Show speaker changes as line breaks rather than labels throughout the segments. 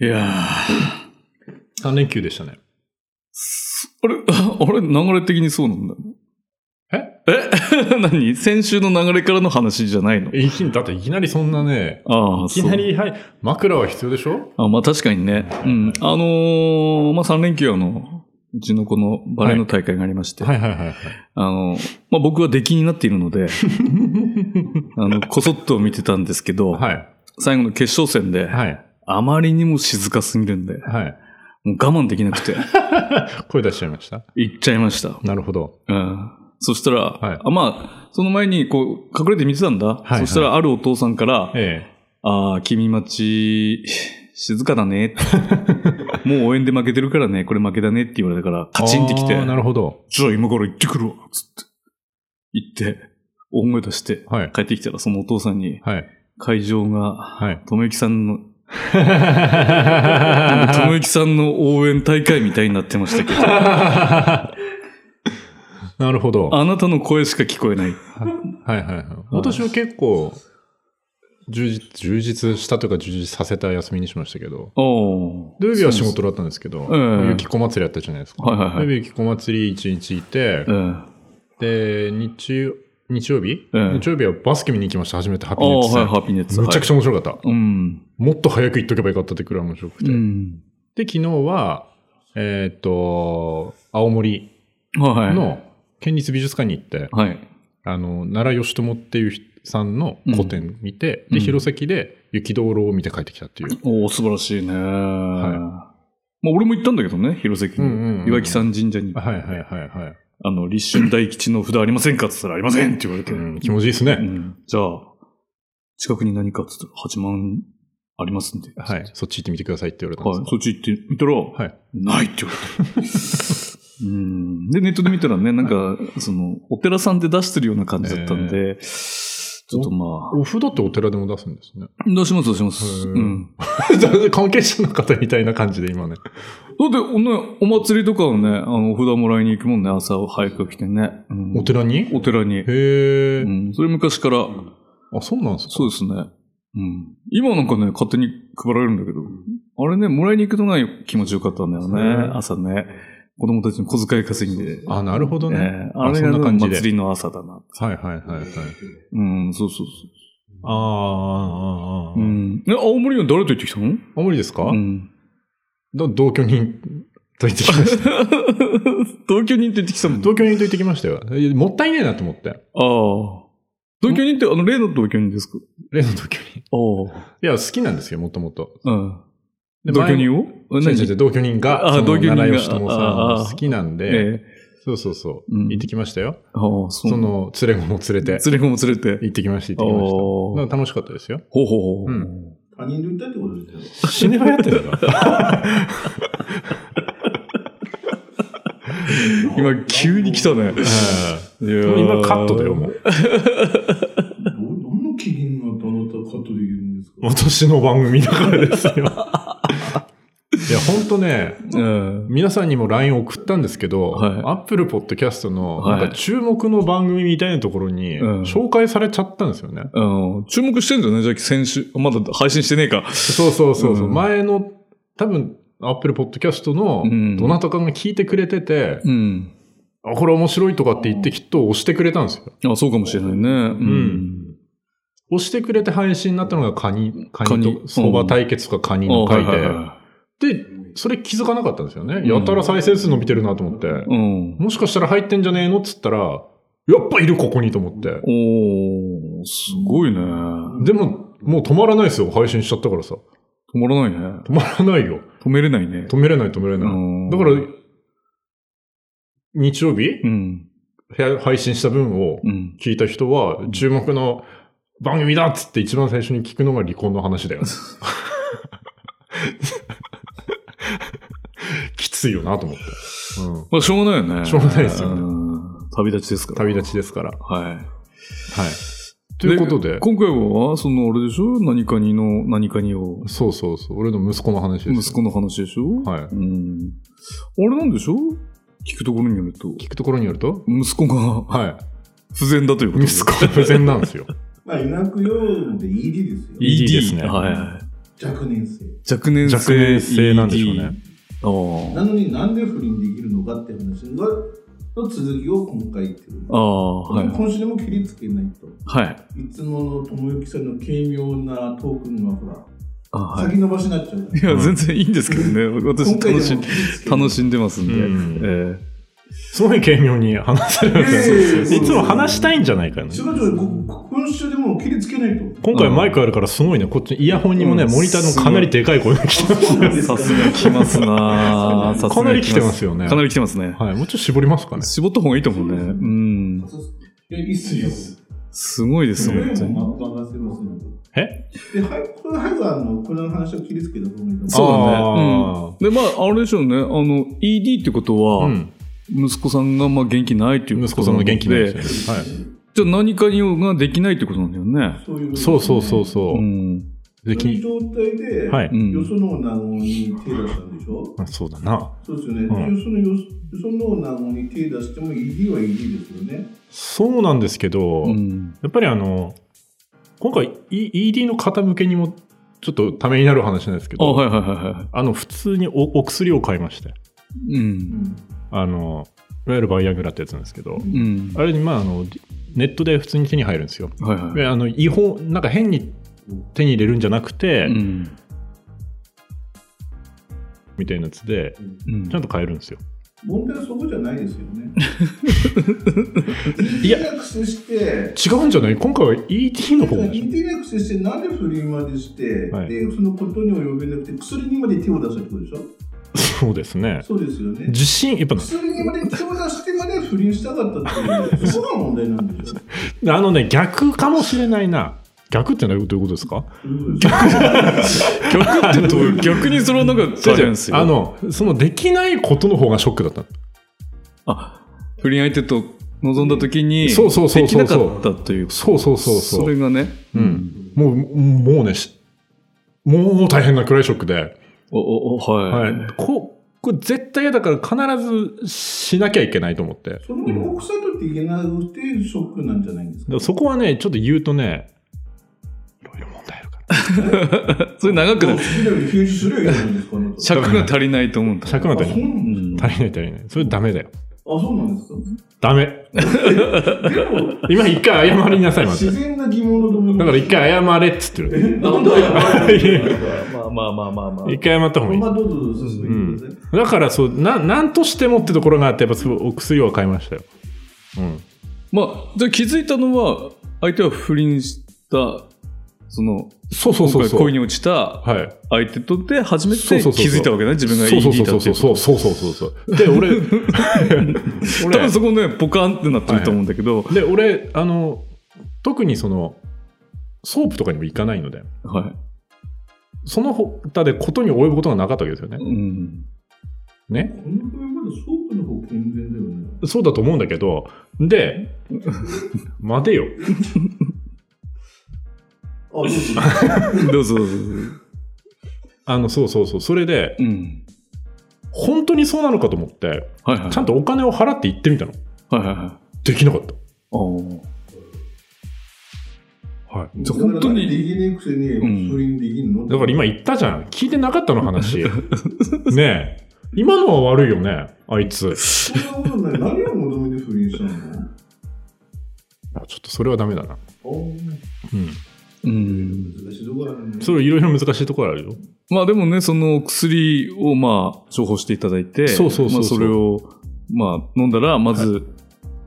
いやー
3連休でしたね。
あれ、 ああれ、流れ的にそうなんだ。
え
え 何先週の流れからの話じゃないの
いきだっていきなりそんなね、
ああ、
いきなり、はい、枕は必要でし
そ
ょ
う。あまあ確かにね。うん。あのーまあ3連休あの、うちのこのバレーの大会がありまして、
はいはいはいはい。
あの、まあ僕は出禁になっているので、 あの、こそっと見てたんですけど、
はい。
最後の決勝戦で、
はい。
あまりにも静かすぎるんで、
はい。
もう我慢できなく て、
声出しちゃいました。
行っちゃいました。
なるほど。
うん。そしたら、
はい
あまあ、その前にこう、隠れて見てたんだ。
はい
そしたら、あるお父さんから、
え
ああ、君町、静かだね。 もう応援で負けてるからね、これ負けだねって言われたから、
え。
カチンってきて
あー、なるほど。
じゃあ今から行ってくるわ、つって。行って、大声出して、
はい。
帰ってきたらそのお父さんに、
はい。
会場が、
はい。
とめゆきさんの、とめゆきさんの応援大会みたいになってましたけど、
なるほど。は
あなたの声しか聞こえ ない。
いはいはい。私は結構、充実、充実したというか充実させた休みにしましたけど、
おー
土曜日は仕事だったんですけど、
ええ
雪子祭りあったじゃないですか。
はいはいはい
土曜日雪子祭り一日いて
え、え
で、日曜、日曜日、
ええ
日曜日はバスケ見に行きました。初めてハッ
あ
ピーネ
あ、
ッツ
は
戦
い、ハッピーネッツ。
めちゃくち
ゃ。
ゃ面白かった。
うん。
もっと早く行っとけばよかったってくらい面白くて。
うん。
で、昨日は、えーっと、青森
はい。
の県立美術館に行って、
はい。
あの、奈良義朝っていう人さんの個展見て、
うん
で、弘前で雪道路を見て帰ってきたっていう。
おお素晴らしいね。まあ、俺も行ったんだけどね、弘前
うんうんう
に。
ん
岩木山神社に、
はいはいはいはい。
あの、立春大吉の札ありませんかって言ったら、ありませんって言われて。
うん、気持ちいいです
う
ね。
んじゃあ、近くに何かって言ったら、8万ありますんで。
は
はい
い。。そっち行ってみてくださいって言われたんです
そっち行ってみたら、
けど。はい。
ないって言われて。うん。で、ネットで見たらね、なんか、その、お寺さんで出してるような感じだったんで、ちょっとまあ、
お札ってお寺でも出すんですね。
出します出します。
へー
うん。
関係者の方みたいな感じで今ね。
だって、お,、ね、お祭りとかはね、あの、お札もらいに行くもんね、朝早く来てね。うん
お寺に
お寺に。
へえ
う。ん、それ昔から、
あ、そうなんですか
そうですね。うん。今なんかね、勝手に配られるんだけど、あれね、もらいに行くのが気持ちよかったんだよね、
ね
朝ね。子供たちの小遣い稼ぎで。
あ、なるほど
え
ね。
えあれが
あそんな感じで
祭りの朝だな。
はいはいはいはい。
うん、そうそうそ
ああ、ああ、あ
う。
あ
う。ん。え、青森は誰と行ってきたの
青森ですか
うん。
ど同居人と行ってきま した。
同居人と行ってきたの
同居人と行ってきましたよ。いやもったいねえなと思って。
ああ。同居人って、あの、例の同居人ですか
例の同居人。い
あ
や、好きなんですよ、もともと。
あ。うん。
で
同居
前
人を
違う違う違う同居人が、
あ
その
同居人が
奈良義朝
あ
さ
あ
ん好きなんで、
ええ。
そうそうそう、
うん
行ってきましたよ。
ああ、そう。
その、連れ子も連れて、
連れ子も連れて。
行ってきました、行
ああ。
ってきました。
ほ
な
うん
か楽しかっ たですよ。
ほうほう。
うん
他人と言ったってことですよ。
死ねばやって んだな。
今、急に来たね。いや
もう今カットだよ、も
う。
う。
ど何の機嫌がどなたカットで言うんですか
私の番組だからですよ。 いや、ほんとね、
うん。
皆さんにも LINE 送ったんですけど、
はい
Apple Podcast の
は
ないんか注目の番組みたいなところに
うん
紹介されちゃったんですよね。
あの、注目してんじゃないじゃあ先週、まだ配信してねえか。
そうそうそうそう、
うん
前の多分 Apple Podcast の
うん
どなたかが聞いてくれてて、
うん。
あこれ面白いとかって言ってきっと押してくれたんですよ。
あ、そうかもしれないね。うん。
押してくれて配信になったのがカニ、カ
カ
ニ
ニ
と相場対決とかカニ
あ
の
はい
回
はい
で、
は
で、それ気づかなかったんですよね。やたら再生数伸びてるなと思って、
いうん。
もしかしたら入ってんじゃねえのっつったら、やっぱいるここにと思って。
おー、すごいね。止
でも、もう止まらないですよ。配信しちゃったからさ。
まらないね。
止まらないよ。
止めれないね。
止めれない止めれない。
うん
だから、日曜日
う、ん。
へ配信した分を
うん。
聞いた人は、注目の番組だっつって一番最初に聞くのが離婚の話だよ。 きついよなと思って。うん
まあ、しょうがないよね。
しょうがないですよね
うん旅立ちですから。
旅立ちですから。は
はい。
い。ということで、
今回は、その、あれでしょ何かにの、何かにを、
そうそうそう。俺の息子の話です。
息子の話でしょ
はい
うん。あれなんでしょ聞くところによると、
聞くところによると、
息子が
は
不全だというこ
い。
と
息子は不全なんですよ。
まあ、医学用語で ED ですよ。
ED ですね
はい。
若年性。
若年性
若年性なんでしょうね。
あ
なのになんで不倫できるのかって話が、の続きを今回言ってる。
あ。ああ、はい。
今週でも切りつけないと。
はい。
いつもの友之さんの軽妙なトークにはほら、
あはい。
先延ばしになっちゃうから。
いや、
うん
全然いいんですけどね。私、
今回
楽
で
し
も
ん
切、りつけない
楽しんでますんで。
うん
え
すごい軽妙に話せるん
いや
です
い
よ。
やいやそう
いつも話したいんじゃないかね。
しばらくこ今週でも切りつけないと。
今回マイクあるからすごいね。こっちイヤホンにもね、
うん
モニターのかなりでかい声が来てます。
えさすが来ますなあさすが
かなり来てますよね
かなり来てますね。
はい。もうちょっと絞りますかね。
絞った方がいいと思うね。う
そうですね
ん。
いや、いいっすよ。
すごいです
それ
よ、本当に。
も任せますの
え
で。で、はい、これ、早くあの、これの話を切りつけた方がいいと
そう
思う。
だねで、
あ
まあ、あれでしょうね。あの、ED ってこと
ー
は、
うん。
息子さんがまあ元気ないっていう
息子さんが元気ない
で
ですよね。はい。
じゃあ何か用ができないってことなんだよね。
そういう、
そうそうそうそうう。
ん。
で
そういう
き、
状態で、
はい
うん
よその名護に手出したんでしょ
あそうだな。
そうですよね。
うん
よそのよその名護に手出しても ED は ED ですよね。
そうなんですけど、
うん。
やっぱりあの、今回 E- ED の方向けにも、ちょっとためになる話なんですけ
あ、
ど、
はいはいはいは
あの、普通におお薬を買いまして、
い。うん。
あの、いわゆるバイアグラってやつなんですけど、
うん。
あれに、まあ、あの、ネットで普通に手に入るんですよ。
はいはい。
であの、違法、なんか変に手に入れるんじゃなくて、
うん。
みたいなやつで、
うん
ちゃんと買えるんですよ。
問題はそこじゃないですよね。
いや
ED にアクセスして、
違うんじゃない今回は ET の方でし ょ
ED にアクセスして、なんで不倫までして、
はい
で、そのことに及べなくて、薬にまで手を出したってことでしょ
そうですね。
そうですよね。
自信、やっぱ、
薬にまで手を出してまで不倫したかったっていう、そこが問題なんでしょ
あのね、逆かもしれないな。逆ってのはどういうことですか
そういうことですよ
逆ってどういう 逆にそれはなんか手じゃんですよ。
あ、の、そのできないことの方がショックだったの。
あ、不倫相手と望んだ時に、
そうそうそう
でき
そ
な
うそう
かったという。
そうそうそうそう。
それがね、
うん。もう、もうね、しもう大変なくらいショックで。
お、お、お、は。
はいい。ここれ絶対嫌だから必ずしなきゃいけないと思って。
その奥さんとって言えなくてショックなんじゃないんで
だ
すか
からそこはね、ちょっと言うとね、いろいろ問題ある から。
それ長くな
好
る
き。なようにフュージするように言うんですか
尺が足りないと思うんだ。
尺が
あな
足
た
り
あ、そ
ない。
うなん
うん
です
足りない足りない。それダメだよ。
かあ、そうなんですか
ダ メ。
でも
今一回謝りなさい、まず
自。然な疑問だと思います。
だから一回謝れっつって る。
え、なんだよ。
まあまあまあまあま
一回謝った方がいい
ま。あ、どうぞどうぞ進んでください。
だからそうな、なんとしてもってところがあって、やっぱそうお薬を買いましたよ。うん。
まあ、じゃあ気づいたのは、相手は不倫した、その、
そうそう
今
そう
回
そう。
恋に落ちた
はい。
相手とで初めて
そうそうそうそう
気づいたわけね。自分が
そうそう
ED
そ
だ
う
って
そ
いううこと。
そうそうそうそうそう。で、 俺、
多分そこね、ポカンってなってると思うんだけど、
で、俺、あの、特にその、ソープとかにも行かないので、
は
その他でことに及ぶことがなかったわけですよ
い。
ね。
うん。
ね。
この声まだソープの方健全だよね。
そうだと思うんだけど、で、待てよ。
あ、どうぞ。
どうぞどうぞどうぞ。
あの、そうそうそう。それで、
うん。
本当にそうなのかと思って、
はいはい
ちゃ。んとお金を払って行ってみたの。
はいはいはい。
できなかった。
おー
はい。
じゃあ本当に
できねえくせ
うん
に、それにできんの
だから今言ったじゃん。聞いてなかったの 話。ねえ。今のは悪いよね、あいつ。
そんなことない。何を求めて不倫したのあ
あちょっとそれはダメだな。うん。
うん。
難しいとこだね。
それいろいろ難しいところあるよ。
まあでもね、その薬をまあ処方していただいて、
そうそうそうそう
まあ、それをまあ飲んだら、まず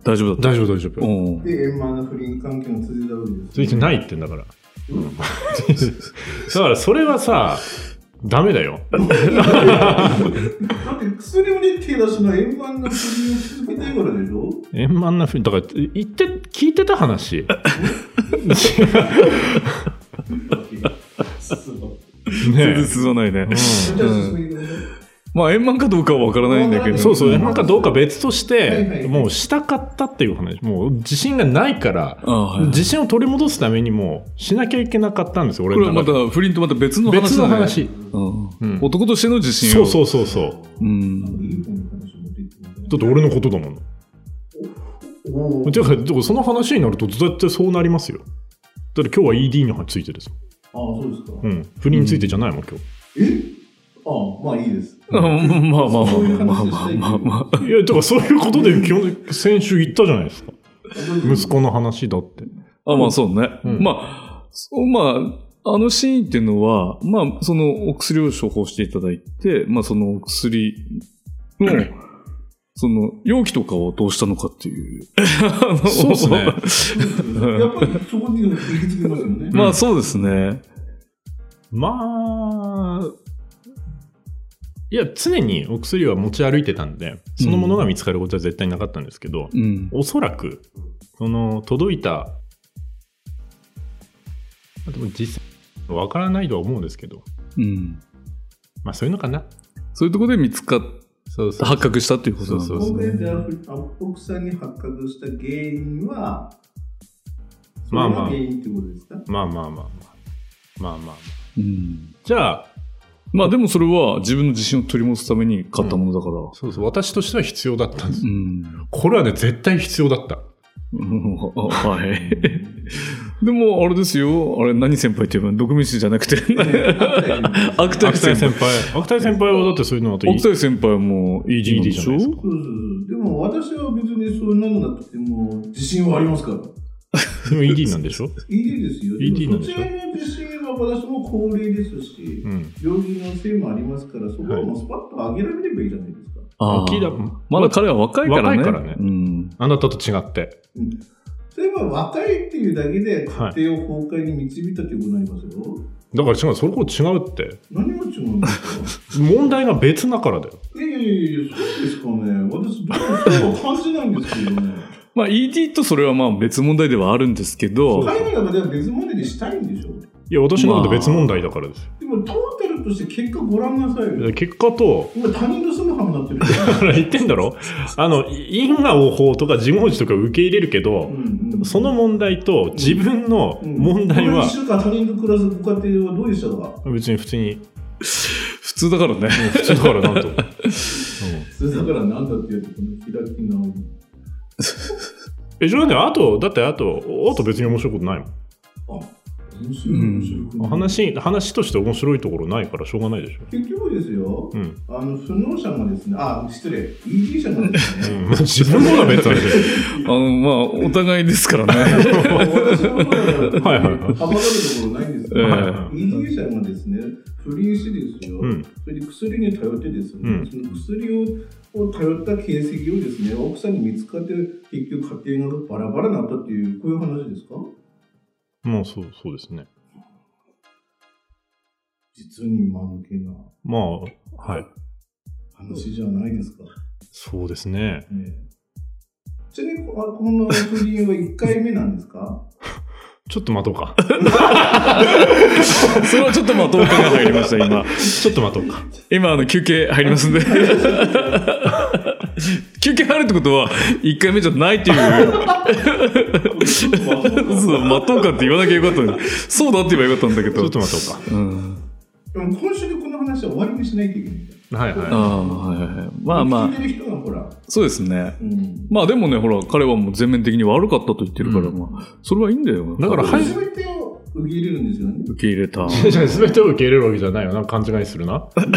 大丈夫だっ
大丈夫、大丈
た。
夫。
うん
で、円満な不倫関係が続いたわけです。
つ いてないってんだから。だからそれはさ、ダメだよ。
だって薬をね手出すのは円満な不倫を続けたいからでしょ
円満なふうに。だから、言って、聞いてた話。
全然
ね
進まないね。
え。うん
じゃあ進めてください
まあ円満かどうかはわからないんだ けど。
そうそう、
ん
なんかどうか別とし
はいはい
て、もうしたかったっていう話、もう自信がないから、
ああはい
自信を取り戻すためにもうしなきゃいけなかったんです
こ
よ、俺
れ
の
はま
中で。
た不倫とまた別の話だね。
別の話。
うん
うん
男としての自信
そ
を。
うそうそうそう。
うん
なんかいい方の話を持っていってみたいな
だって俺のことだもん。
おー
てか、でもその話になると絶対そうなりますよ。だって今日は ED についてです。
ああ、そうですか。
うん。不倫についてじゃないもん、今
えああ、まあいいです。
まあまあまあ
そういう
まあ
話
まあまあまあ。
日。いや、だからそういうことで基本的に先週言ったじゃないですか。息子の話だって。
あ、まあそうね。
うん
まあ、そうまあ、あのシーンっていうのは、まあ、そのお薬を処方していただいて、まあそのお薬の、その容器とかをどうしたのかっていう。
そうっすね。
やっぱりそこに行き着きますよね。
まあそうですね。
まあ、いや、常にお薬は持ち歩いてたんで、そのものが見つかることは絶対なかったんですけど、
うん。
おそらく、その、届いた、まあでも実際、わからないとは思うんですけど、
うん。
まあそういうのかな。
そういうところで見つかっ
そうそう。
発覚したっていうことなんだ
そうそう
僕で奥さんに発覚した原因は、それ
まあ
が
まあ
原因ってことです か
まあまあまあまあ。まあまあ。
うん。
じゃあ、
まあでもそれは自分の自信を取り戻すために買ったものだから。
そうそう、私としては必要だったんです。
うん。
これはね、絶対必要だった。
うん はい。でも、あれですよ。あれ、何先輩って言えば、毒虫じゃなくて。悪態
芥谷
先
先
輩。
輩。芥谷先輩はだってそういうのだといい
悪。態先輩も ED でしょ
いいじゃ
そうそうそう。でも私は別にそんなのなくても自信はありますから。
でも ED なんでしょ
ED ですよ。
ED なん
そ
でし
ち
ょ
らの自信は私も高齢ですし、
うん。
病気のせいもありますから、そこはもうスパッと上げられればいいじゃないですか。
あ
聞いた
ーまだ彼は若いからね。
若いからね
うん。
あなたと違って。
うん。それは若いっていうだけで家庭を崩壊に導いたということになりますよ。
だから違う、それこそ違うって。
何が違うんですか
問題が別だからだよ。
いやいやいやいや、そうですかね。私、どうしても感じないんですけどね。
まあ、ED とそれはまあ別問題ではあるんですけど、
海外の中では別問題にしたいんでしょ
いや、私のこと別問題だからですよ。
でもトータルとして結果ご覧なさい
だか
よ
ら。結果と、
今他人と住むはめになってる
だから言ってんだろあの、因果応報とか自問自答とか受け入れるけ
う
ど、
んうん
その問題と自分の
うん
問題
この
は
一週間他人と暮らすご家庭はどうでしたか
別に普通に、
普通だからね。
普通だからなんと。うん
それだからなんだって言うとこの開き直り
え、じゃあね、あと、だってあと、あと別に面白いことないもん。
あ面白い面白くない
話話として面白いところないからしょうがないでしょ。
結局ですよ
う、ん。
あの、不能者がですね、あ、失礼、ED 者がです
う
ね、
ん、自分の方が別なんで。
あの、まあ、お互いですからね。
私の方が
はいはいはい
はばかるところないんですよ。
ええ
はいはい
ED 者がですね、不倫してですよ、
うん。
それで薬に頼ってですね、
うん
その薬をを頼った形跡をですね、奥さんに見つかって、結局家庭がバラバラになったっていう、こういう話ですか
まあそう、そうですね。
実に間抜けな
まあ、はい。
話じゃないですか。
そうですね。
ねえちなみに、こあこの不倫は1回目なんですか
ちょっと待とうか。
それはちょっとまあ、10日が入りました、今。
ちょっと待とうか。
今、あの、休憩入りますんで。 休憩入るってことは、1回目じゃないっていう。そう、待とうかって言わなきゃよかったのに。そうだって言えばよかったんだけ
ちょっ
ど。
と待とう
うん。
でも今週でこの話は終わりにしないといけないんだ
か。
よ。
はい
ああ、
は
はいはいはい。まあま
聞いてる人がほら、
あ、そうですね。
うん。
まあでもね、ほら、彼はもう全面的に悪かったと言ってるから、
うん
まあ、それはいいんだよ。
だからはい
全てを受け入れるんですよね。
受け入れた。
い。じゃあ全てを受け入れるわけじゃないよな。勘違いする な。だから、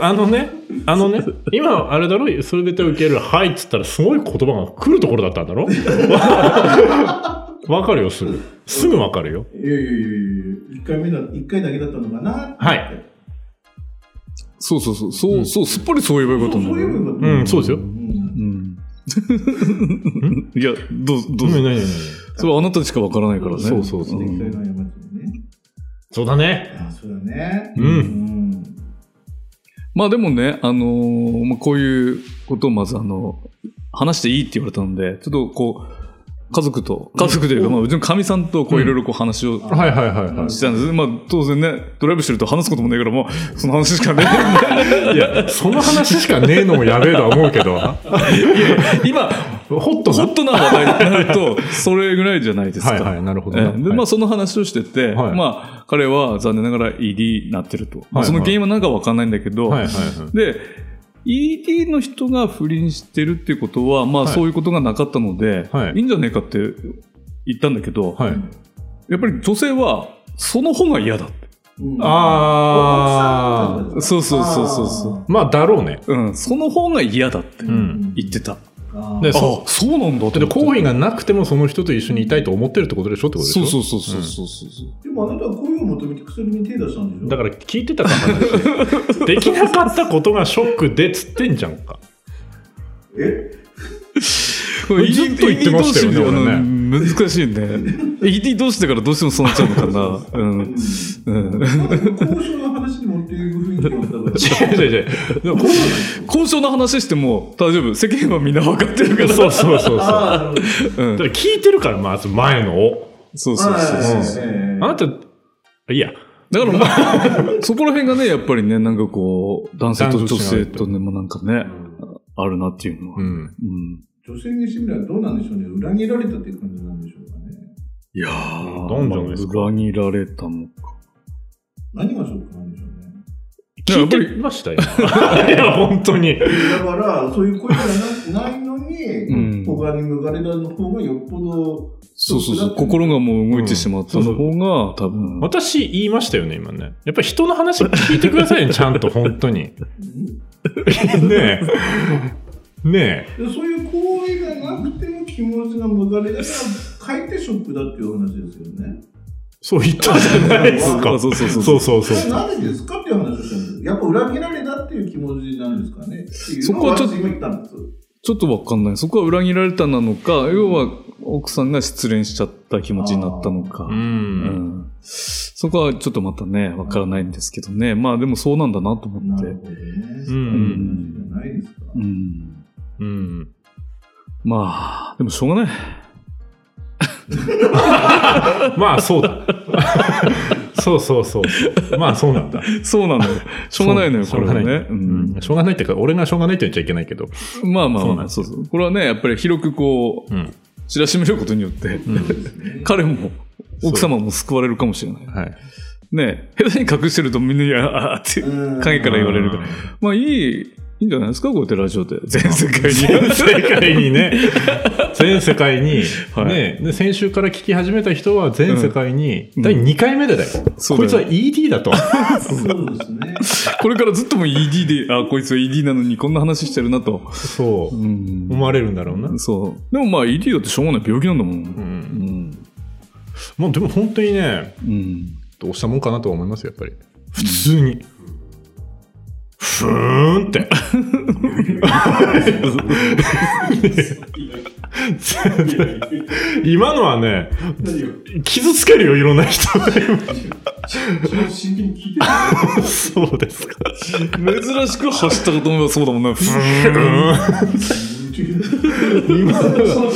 あのね、あのね、今、あれだろ全てを受け入れる。はいっつったら、すごい言葉が来るところだったんだろわかるよ、すぐ。すぐわかるよ。
いやいやいやいや、1回目だ、一回だけだったのかな
はい。
そうそうそう、そう、
うん
そう、すっぱりそう言えばよかった
そうん
だ
そうい
よ。
うこと
うん、そうですよ。
うん
うん。 いや、どうぞ、どう
う
ぞ
ん。何何何
それはあなたにしかわからないからね。
そうそう
そ
そうう
うん
の山ちゃんね。
そうだね。
あ、そうだね。
うん
ん。
まあでもね、あのーまあ、こういうことをまずあの、話していいって言われたので、ちょっとこう、家族と、家族というか、
うん
まあうちのかみさんとこう
うん
いろいろこう話を
あ
はいはいはいはい。
したんです。まあ当然ね、ドライブしてると話すこともないから、もうその話しかね、
いや、その話しかねえのもやべえとは思うけど、
今、
ホット
ホ
な。
ットな話題になる と、それぐらいじゃないですか。
はいはい、なるほど
え
ね、
えで、まあ、その話をしてて、
はい
まあ、彼は残念ながら ED になってると。まあ
はい
その原因はなんかわかんないんだけど、
はいはいはい。
で、ED の人が不倫してるっていうことは、まあ、
はい
そういうことがなかったので、
はい
い、いんじゃねえかって言ったんだけど、
はい。
やっぱり女性は、その方が嫌だって。
うん
ああ、
そうそうそうそうそ
まあだろうね。
うん、その方が嫌だって
う。ん。
言ってた。あ
あー
でそう
あ、そうなんだっ
だ
て
って好意がなくてもその人と一緒にいたいと思ってるってことでしょってことでし
そ
ょ
うそうそうそうそうそうそう。
でもあなたはこういうを求めて薬に手出したんでしょ
だから聞いてたかもねできなかったことがショックでっつってんじゃんか。
え
これ
ずっと言ってましたよ
ED 同士
ね
で
俺ね
あの難しいね。ED 同士だからどうしてもそうなっちゃうのかな。うん。うん
なんか交渉の話に持っていく雰囲気があったから
違う違う違う。でもこう
交渉の話しても大丈夫。世間はみんな分かってるから。
そうそうそうそう。だか
あー
うん
ら聞いてるから、まず前のを。
そう
な
そう
るほ
そう
ど
そう。
はいええ
あなた、いや、
だからまあ、そこら辺がね、やっぱりね、なんかこう、男性と女性とね、もうなんかね、あるなっていうのは。
うん。
うん。
女性にしてみればどうなんでしょうね裏切られたっていう感じなんでしょうかね
いやー、
なんじゃないですか
まあ裏切られたのか。
何がショックなんでしょうね
聞いてましたよ。 いや、本当に。
だから、そういう声がなないの
うん
に、他に向かれた方がよっぽど、
そうそうそう。心がもう動いてしまったの方
う
が、多分。
私言いましたよね、今ね。やっぱ人の話聞いてくださいね、ちゃんと、本当に。
ん
ねえ。ねえ。
そういう行為がなくても気持ちが向かれたから、かえってショックだっていう話ですよね。
そう言ったじゃないですか
あ。そうそうそう。
そうそう
そ
そう
れ。はなぜですかっていう話をしたんですやっぱ裏切られたっていう気持ちなんですかね。っていう
そ
のを
こはちょっ
私
と
今言ったんです。
ちょっとわかんない。そこは裏切られたなのか、要は奥さんが失恋しちゃった気持ちになったのか。
う。
うんんそこはちょっとまたね、わからないんですけどね。まあでもそうなんだなと思
な
って。
るほどね。
う
そ
ん
ういう話じゃないですか。
うん。
うん。
まあ、でもしょうがない。
まあ、そ うだ。そうそうそう。まあ、そうなんだ。
そうなのよ。しょうがないのよ、
そ
これは
しょ
ね
うがな。いうんしょうがないっていうか、俺がしょうがないと言っちゃいけないけど。
うんまあまあ
そう
ま
なん
あ、
です
そ
よ
うそう。これはね、やっぱり広くこう、
うん。
知らしめることによって、
うん
そうですね
彼も、
そう
奥様も救われるかもしれない。
はい。
ね下手に隠してるとみんな、いやーって。
うん
影から言われるからまあいい、いいんじゃないですか、こうやってラジオで。 全世界に。
全世界にね、全世界に、
はい
ね、で先週から聞き始めた人は全世界に、
うん
第2回目でだよ。
そう
こ
だよ
いつは ED だと。
そうですね。
これからずっとも ED で、あ、こいつは ED なのにこんな話してるなと。
そうう。
ん
思われるんだろうな。
そう。でもまあ ED だってしょうがない病気なんだも。
うん。
うんん。
もうでも本当にね、
うん。
どうしたもんかなとは思いますよ、やっぱり。普通に。ふー んって。今のはね、
何を
傷つけるよ、いろんな人。
真剣に聞いてる
そうですか。
珍しく走ったかと思えばそうだもん な。
今のは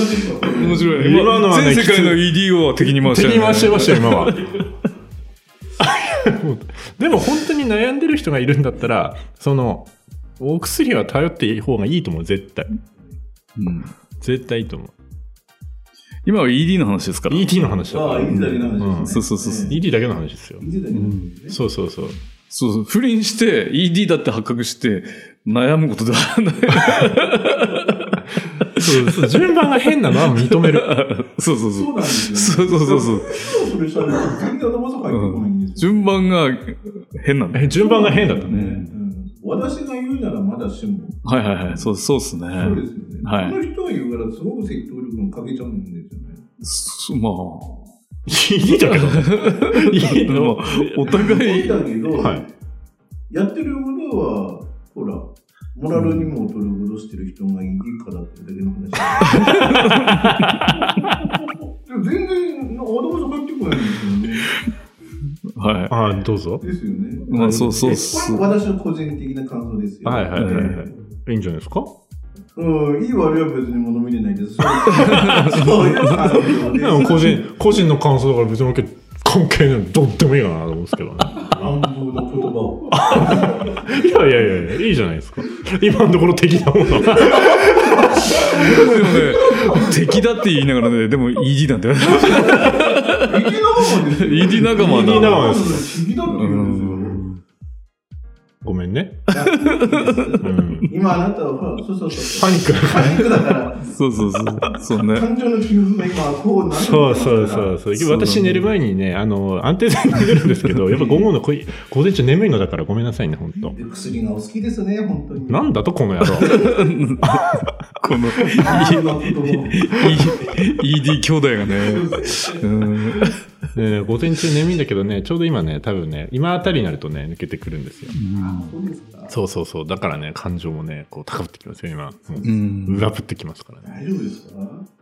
面白い。
今のはね
全世界の ED を敵に回して
手
るね
に回してましたよ、今は。でも本当に悩んでる人がいるんだったら、その、お薬は頼っていい方がいいと思う、絶対。
うん
絶対いいと思う。
今は ED の話ですから。
ET の話だ
あ
か
あ、
ら
い。いんだけの話
そ
ですね。
うそうそうそう
ええ
ET だけの話ですよ。
いいんだけの話ですね
そうそうそう。
そうそう。不倫して、ED だって発覚して、悩むことではない。
そうそう順番が変なのは認める。
そうそう
そう
そう。
なんですよ。
そうそうそうそう。
そうそれしたら全然頭さ入ってこないんですよ。
順番が変なんだよ。
え順番が変だった
ね
ね。
うん私が言うならまだしも。
はいはいはい。そう、そうっすね。
そうですよね。こ
はい
の人が言うからすごく説得力がかけちゃうんですよね。
そまあ、
い いだけどね。いい
でも
の。
お互
いいん
い、
だけど、
はい。
やってることは、ほら、モラルにも劣ることしてる人がいいからってだけの話。でも全然、なんか頭さ入ってこないんですよね。
はい。
ああ、どうぞ。
ですよね。
まあ、そうそうっ
こ
す
れ。私の個人的な感想ですよ。
はいはいはいはい
ええ
いいんじゃないですか
うん、いい悪いは別に物見れないです。そういう そういう感情です。
個人、個人の感想だから別に俺関係ない。どうでもいいかなと思うんですけどね。
乱暴の言葉を。
いやいやいやいや、いいじゃないですか。今のところ敵だもの。
でもね、敵だって言いながらね、でも ED なんだよ。
右の方もですよ。
ED 仲間だ。
ED 仲間
右だって言うんですよ。
ごめんね。
あいいです
うん。
今あなたはほら、そうそうそ
パ
う。
ニック。
パニックだから、
そうそうそう。そうね。
感情の起伏が今、こうなって
そうそうそうそう。
そうだね
私寝る前にね、あの、安定剤飲んでるんですけど、やっぱ午後の濃い、午前中眠いのだからごめんなさいね、本当
で薬がお好きですね、本当に。
なんだと、この野郎。
この、
そんなことも
E- ED 兄弟がね。うん。
ね午前中眠いんだけどね、ちょうど今ね、多分ね、今あたりになるとね、抜けてくるんですよ。
あそうですか。
そうそうそう。だからね、感情もね、こう高ぶってきますよ、今。も
う。
うん裏ぶってきますからね。
大丈夫ですか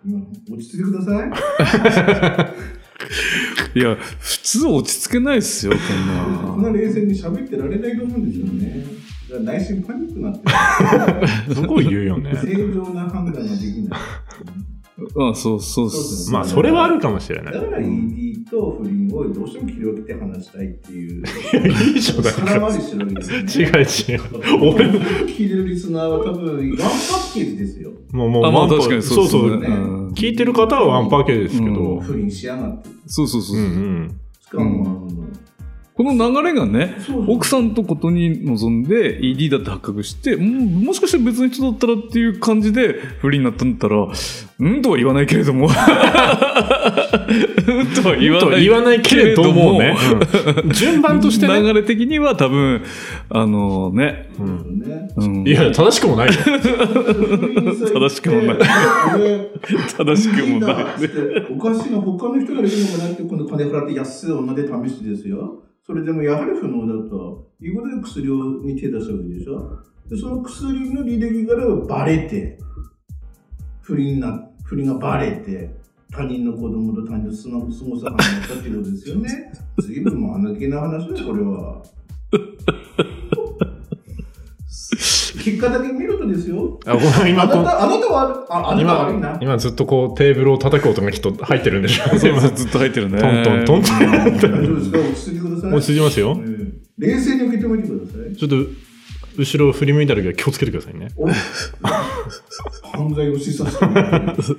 今落ち着いてください。
いや、普通落ち着けないっすよ、
そ
こん
んな
な。
冷静に喋ってられないと思うんですよね。だから内心パニックになって
すごい言うよね
る、。正常な判断ができない。
あそうそうっす。
まあ、それはあるかもしれな
だ
い。
から ED と不倫をどうしても切り分けて話したいってい
い
う、
いじゃん、だか
空
ら。
回りしてるわけですよね。
違う違う。俺
俺の聞いてるリスナーは多分、ワンパッケージですよ。
もうもう、
あ、ま
ワ
あ
ンパ
確かにそう
そ
っ
う
すね。
そう。
うん
聞いてる方はワンパケですけ
う
ど。
ん
不倫しやがって。
そうそうそうう。
んうん。
しかも、
この流れがね、
あのそうそう
奥さんとことに望んで ED だって発覚して、うん、もしかして別の人だったらっていう感じで不利になったんだったら、うんとは言わないけれども。うんとは言わ
と
な
はい言わないけれどもね。うん順番としてね。
流れ的には多分、あのね、
うん
ね。
うん、
いや、正しくもないよ。
正しくもない
い。
正しくもない。
い。おかしいな、他の人ができるのかなって、今度金払って安い女で試してですよ。それでもやはり不能だと。いうことで薬に手出したわけでしょ。で、その薬の履歴からはバレて、不倫な、不倫がバレて、他人の子供と他人のすの過ごす話だったっていうことですよ ね。随分間抜けな話だよ、これは。 結果だけ見るとですよ。
あ、ごめん、
あ
今
な
こう、
た、あなたは、ああなたは悪いな
今、。今ずっとこう、テーブルを叩く音がきっと入ってるんで しょ。今
ずっと入ってるね。
トントントントン。
大丈夫ですか落ち着いてください。
落ち着きますよ。
うん冷静に受け止めてください。
ちょっと、後ろを振り向いた時は気をつけてくださいね。
お犯罪を示唆する。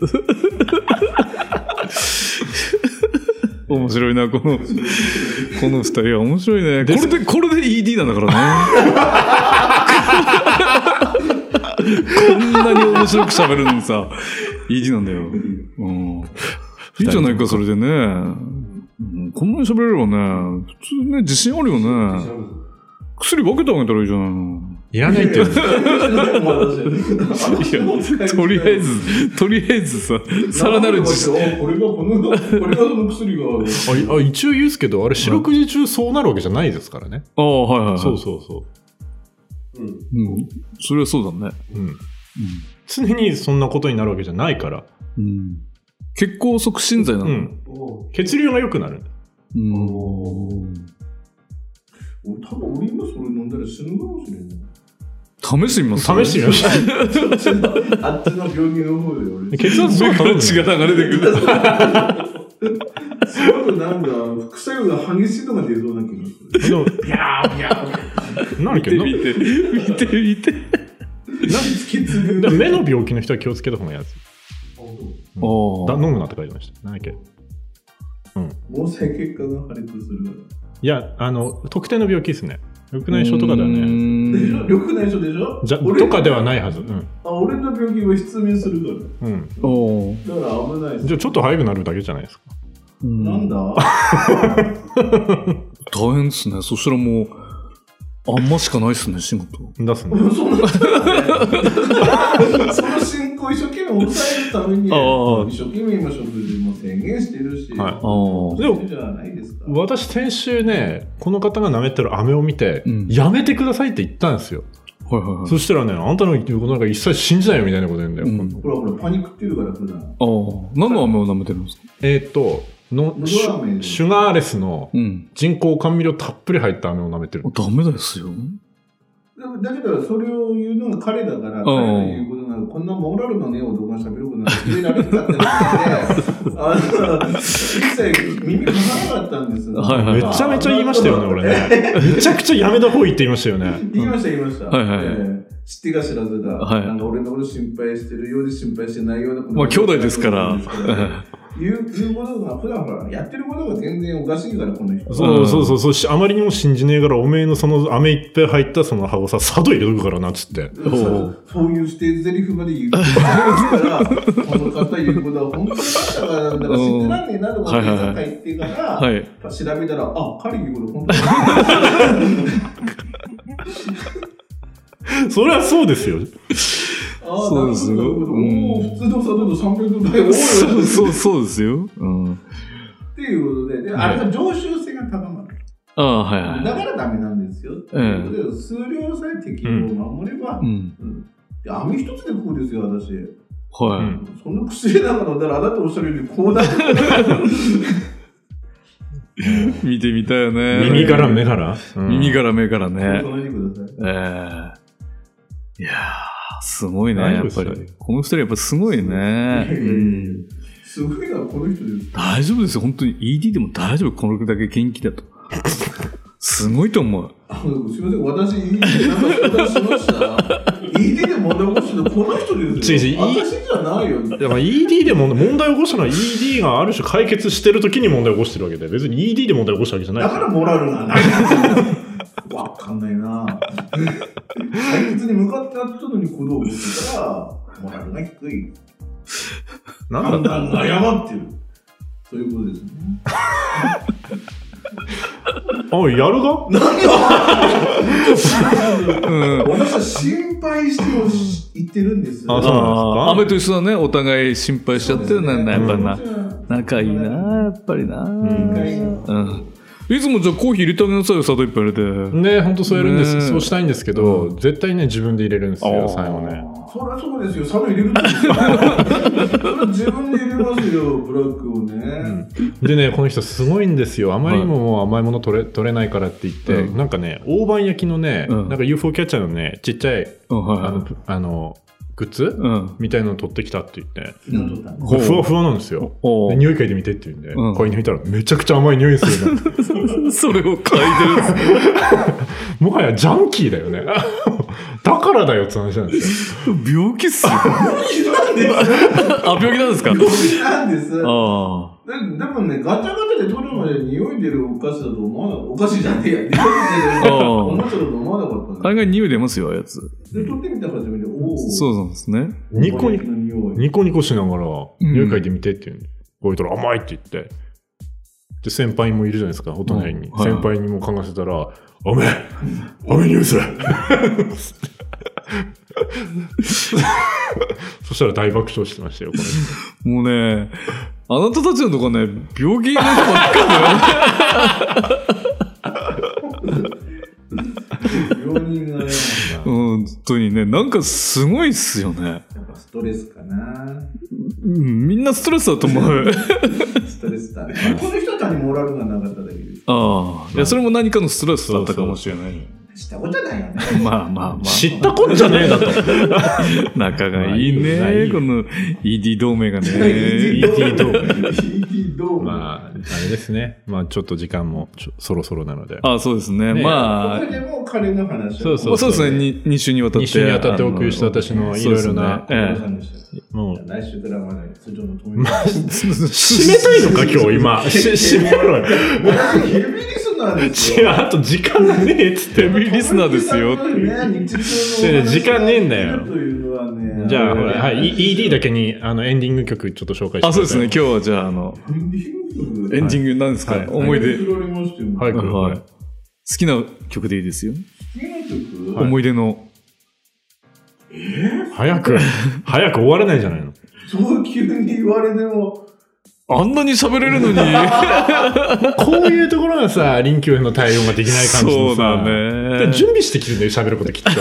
面白いな、この、この二人は面白いね。これで、これで ED なんだからね。こんなに面白く喋るのにさ、ED なんだよ。うん。いいじゃないか、それでね。うんこんなに喋れればね、普通ね、自信あるよね。薬分けてあげたらいいじゃないの。
いらないって言うんですよ
いや、とりあえず、とりあえずさ、さらなる自信。
信。お俺がこの、俺がその薬が。
ああ一応言うですけど、あれ、四六時中そうなるわけじゃないですからね。
ああ、はいはいはい。
そうそうそ
うん
うん。それはそうだね。
う。うん。常にそんなことになるわけじゃないから。
うん。血行促進剤な
う
の。
ん。
お
血流が良くなる。
うん
俺多分俺今それ飲んだら死ぬかもしれない。
試してみます
試してみましょ
あっちの病気の方で俺
う。。血圧
上
上
か
からら
血
血
が流れてくる。
すごくなんか副作用が激しいのが出そうな気がする。
いやーいやーなる
見
け
て
ど、
見て、見て見て。
きつ
な目の病気の人は気をつけた方がいいやつ。
あ
だ
あ。
飲むなって書いてました。なんだっけ。
毛細血管が破裂する
いや、あの、特定の病気ですね。緑内障とかでは
う
ね。
でし
ん
ょよくない人でしょ
じゃ
俺
とかではないはず。うん。
あ俺の病気は失明するか
うん。
ああ
らだから危ないです
じゃあ、ちょっと早くなるだけじゃないですか。
うん
なんだ
大変ですね。そしたらもう、あんましかないですね、仕事。
出すね。
そんなその進行を一生懸命抑えるために
ああ
一生懸命今食事も宣言してるし、
はい
あ
でも
じゃないですか
私先週ねこの方が舐めてる飴を見て、
うん
やめてくださいって言ったんですよ、
あ。はいはいはい。
そしたらねあんたの言ってることなんか一切信じないよみたいなこと言うんだよ、
うん
ほらほらパニックってるから普段
ああ。何の飴を舐めてるんですか
えーっとのシ
喉飴
ュシュガーレスの
うん。
人工甘味料たっぷり入った飴を舐めてる
ダメですよ。
でもだけどそれを言うのが彼だから、彼が言うことなら、こんなモラルのねえ男が喋ることなんて言えられるかってなって、あの、一切耳かさなかったんですよ
はいはい
めちゃめちゃ言いましたよね俺。ねめちゃくちゃやめた方がいいって言いましたよね
言いました言いました。
はいはいはい
ええ知ってか知らずだ。
はい
なんか俺のこと心配してるようで心配してないようなこと。
まあ兄弟ですから
うんいういうことが、普段ほら、やってることが全然おかしいから、この人。
そううんそうそうそうし、あまりにも信じねえから、おめえのその、飴いっぱい入ったその箱さ、砂糖入れとくからな、っつって。
う
そうそういう捨て台詞まで言う。だから、この方言うことは本当にだから、だから知ってらんねえなとかって、
うんはいはいはい
言ってから、
はい。
調べたら、あ、カリギこれ本当に。
そりゃそうですよ。
ああ、
そうですよ
なるほどなるほどお
うん
ー普通の砂糖と300倍多いよ
そう、そう、そうですよ。うん。
っていうことで、であれが常習性が高まる。
ああ、はいはい。
だからダメなんですよ。ということで、数量さえ適量を守れば、
うん。
うんで網一つでこうですよ、私。
はい。
うん
その薬だから、だからあなたおっしゃるように、こうだって。
見てみたいよね。
耳から目から。うん
耳から目からね。
そう考えてください。
ええいやー、すごいね、
大
や
丈夫
っ
です
ぱ
よ
り。この二人やっぱすごいね。うん
すごいのはこの人です。
大丈夫ですよ、本当に。ED でも大丈夫、このだけ元気だと。すごいと思う。
あのすみません、私、いいなんか相談しました。ED で問題起こしてるのこの人です
違
よ。
う違ういい
私じゃないよ。
いやまあ ED で問題問題を起こしたのは ED がある種解決してる時に問題を起こしてるわけで別に ED で問題を起こしたわけじゃない
だ
です
か
よ
らモラルがない。わかんないな。解決に向かってやったのに鼓動してたら、モラルが低い。
なんだ
判断が誤ってる。そういうことですね。
あやるが
何を
うん。
私は心配しても言ってるんですよ。
あそう
ああ、
なん
雨
で
と一緒だね、お互い心配しちゃってるね、やっぱりな。仲いいな、やっぱりな。うん。いつもじゃあコーヒー入れてあげなさいよ、砂糖いっぱい入れて。
ね本当そうやるんです、
ねえ
そうしたいんですけど、絶対ね自分で入れるんです
あ
よ
ー
最後ね
そりゃそうですよ、サム入れるんですよ。それ自分で入れますよ、ブラックをね。
でねこの人すごいんですよあまりにももう甘いもの取れ取れないからって言って、
うん
なんかね大判焼きのね、
うん
なんか UFO キャッチャーのねちっちゃい
うん、
あ
は
のあのグッズ、
い。うん。
みたいなの取ってきたって言って
昨日撮ったの
ほう
ふわふわなんですよ
お
で
う
匂い嗅いでみてって言うんで、
うん
これ抜いたらめちゃくちゃ甘い匂いするね
それを書いてるんです
もはやジャンキーだよね。 だからだよって話なんですよ。
病気っすよ。あ、
なんです
病気なん ですか
なんですで
あ
でもね、ガチャガチャで取るまで匂い出るお菓子だと思わなかった。お菓子じゃねえや。匂い出る
うん
おもちゃだと思わなかっ
あ。
た
大
ね。
概匂い出ますよ、あやつ。
で、取ってみたら初めて、おお。
そうなんですね。
ニコニコ
コ。匂い。
ニコニコしなが
ん
ら、匂い嗅いでみてって言うんで、こういうたら甘いって言って。で、先輩もいるじゃないですか、お隣に。
うんはい
先輩にも嗅がせたら、甘い甘い匂い するそしたら大爆笑してましたよ、これ。
もうね、あなたたちのとこね、病気の人ば っかりだよ。
病人がね、なんか
本当にね、なんかすごいっすよね。
やっぱストレスかな。
うんみんなストレスだと思う。
ストレスだね。この人たちにモラルがなかっただけで
ああ。いや、それも何かのストレスだったかもしれない。
す。したことないよね。
まあまあま
知ったこっちゃねえだ と。
あ。仲がいい
まあい
ね。
いよ
この ED 同盟が ね。
ED ドーム
ED ドーム。
まあ、あれですね。まあ、ちょっと時間もちょそろそろなので。
ああ、そうですね。
ね
まあ
ここ、でも彼の話を
そうそう
まあそうですね。に二週にわたって。
2週にわたってお送りした
あの
私のいろいろな、
そうですねええ
もう
来週からまで通常の友達。
締めたいのか今日今。し締めろ よ。
ヘビリスナーです
違う、
よ。
あと時間がねえっつって。
ヘビリスナーですよっていう
ね日
い
常
や
の
時間ねえんだよ
というのはね。。
じゃあ、ほら、はいい、E- ED だけに、あの、エンディング曲ちょっと紹介してください。
あ、そうですね。今日はじゃあ、あの、
エンディング
エンディングなんですか、
はい
思い出、
作られましたよ。
はい、
はい
は
はいい好きな曲でいいですよ。
好きな曲
思い出の。
早 く、早く終わらないじゃないの。
そう急に言われても。
あんなに喋れるのに。
こういうところがさ、臨機応変の対応ができない感じ
そ
の
うだ
さ。
ね。
準備してきてるんだよ、喋ることきっと。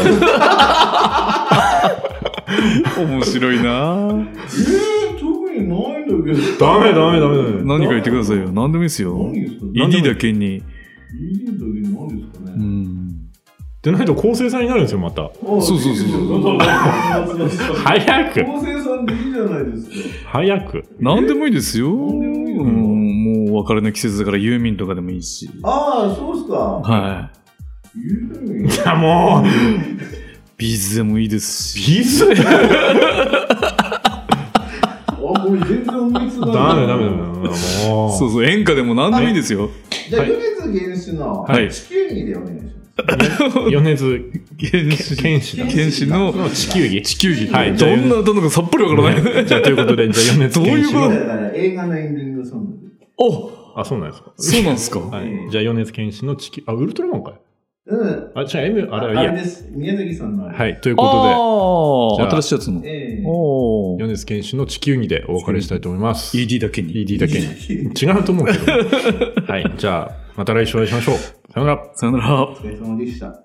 面白いな。
えー、特にないんだけど。
ダメダメダメダメ
何か言ってくださいよ。何でもいいですよ
何。ですか
ED だけに。
ED だけ何ですかね
う。ん。
でないと構成さんになるんですよ、また。
そう
そうそうそう
早く、
高生さんでいいじゃないですか。
早く。
何でもいいですよ。
何でもいいよ
うんもうお別れの季節だからユーミンとかでもいいし。
ああ、そうっすか。
はい。
言うのに
いや、もう、
ビーズでもいいですし。
ビズ
あ、もう全然隠密が。
ダメダメダメダメ。もう。
そうそう、演歌でも何でもいいですよ。
じゃあ、米津玄師の
はい
地球儀でお願いします。
米津
剣士。
剣 士だ
剣士の
の地 球儀。
地球儀。
はい
どんな歌なのかさっぱりわからない。
じゃあ、ということで、じゃあ、米津玄師
どう
の
い。
だから映画のエンディングソング。
お
あ、そうなんですか。
そうなんですか。
はい。じゃあ、米津玄師の地球、あ、ウルトラマンかい。
うん。
あ、じゃあ、M、あれはいいや。
です。宮崎さんのあれ。い。
はい。というこじ
ああ、
ゃあ
新しいやつの。
ええ
お
と
ー
で、米津玄師の地球儀でお別れしたいと思います。
ED だけに。
ED だけに。違うと 思うけど。はい。じゃあ、また来週お会いしましょう。さよなら。
さよなら
お。疲れ様でした。